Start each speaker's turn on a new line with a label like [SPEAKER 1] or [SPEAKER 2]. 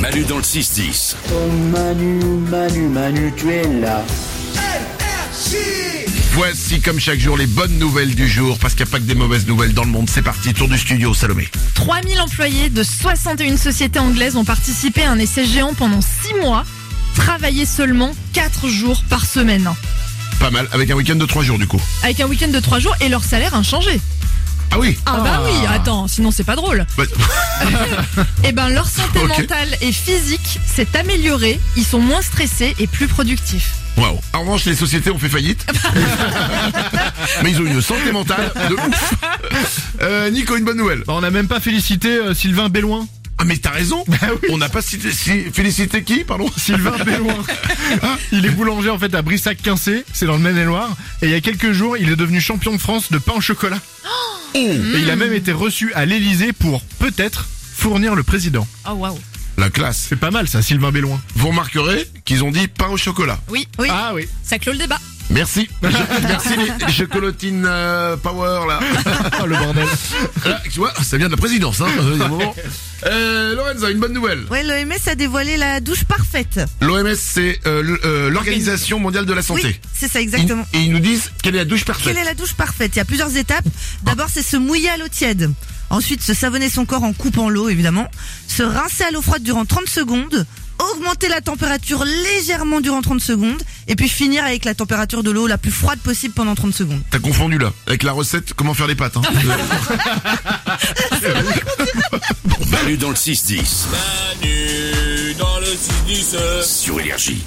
[SPEAKER 1] Manu dans le 6-10.
[SPEAKER 2] Oh Manu, Manu, Manu, tu es là.
[SPEAKER 3] Voici comme chaque jour les bonnes nouvelles du jour, parce qu'il n'y a pas que des mauvaises nouvelles dans le monde. C'est parti, tour du studio, Salomé.
[SPEAKER 4] 3000 employés de 61 sociétés anglaises ont participé à un essai géant pendant 6 mois, travaillés seulement 4 jours par semaine.
[SPEAKER 3] Pas mal, avec un week-end de 3 jours du coup.
[SPEAKER 4] Avec un week-end de 3 jours et leur salaire inchangé.
[SPEAKER 3] Ah oui
[SPEAKER 4] Ah bah oui, attends, sinon c'est pas drôle.
[SPEAKER 3] Bah,
[SPEAKER 4] Eh ben leur santé
[SPEAKER 3] Ok.
[SPEAKER 4] mentale et physique s'est améliorée, ils sont moins stressés et plus productifs.
[SPEAKER 3] Waouh. En revanche, les sociétés ont fait faillite. Mais ils ont une santé mentale de ouf. Euh, Nico, une bonne nouvelle.
[SPEAKER 5] Bah, on n'a même pas félicité euh, Sylvain Belloin.
[SPEAKER 3] Ah mais t'as raison. On n'a pas cité, si- félicité qui, pardon
[SPEAKER 5] Sylvain Belloin. Hein, il est boulanger en fait à Brissac-Quincé, c'est dans le Maine-et-Loire. Et il y a quelques jours, il est devenu champion de France de pain au chocolat.
[SPEAKER 3] Oh,
[SPEAKER 5] Et il a même été reçu à l'Elysée pour peut-être fournir le président.
[SPEAKER 4] Oh waouh.
[SPEAKER 3] La classe.
[SPEAKER 5] C'est pas mal ça, Sylvain Belloin.
[SPEAKER 3] Vous remarquerez qu'ils ont dit pain au chocolat.
[SPEAKER 4] Oui, oui,
[SPEAKER 5] Ah oui.
[SPEAKER 4] ça clôt le débat.
[SPEAKER 3] Merci. Je- Merci les, les chocolatines euh, power là.
[SPEAKER 5] Ah, le bordel.
[SPEAKER 3] Là, Ah, tu vois, ça vient de la présidence. Hein, euh, il y a un moment. Euh, Lorenza, une bonne nouvelle.
[SPEAKER 6] Ouais, l'OMS a dévoilé la douche parfaite.
[SPEAKER 3] L'OMS, c'est euh, l- euh, l'Organisation mondiale de la santé.
[SPEAKER 6] Oui, c'est ça
[SPEAKER 3] Ils-
[SPEAKER 6] exactement.
[SPEAKER 3] et ils nous disent quelle est la douche parfaite.
[SPEAKER 6] Quelle est la douche parfaite Il y a plusieurs étapes. D'abord, c'est se mouiller à l'eau tiède. Ensuite, se savonner son corps en coupant l'eau, évidemment. Se rincer à l'eau froide durant 30 secondes. Augmenter la température légèrement durant 30 secondes. Et puis finir avec la température de l'eau la plus froide possible pendant 30 secondes.
[SPEAKER 3] T'as confondu là avec la recette comment faire les pâtes. Hein.
[SPEAKER 1] Manu dans le 6-10.
[SPEAKER 7] Manu dans le 6
[SPEAKER 1] Sur Énergie.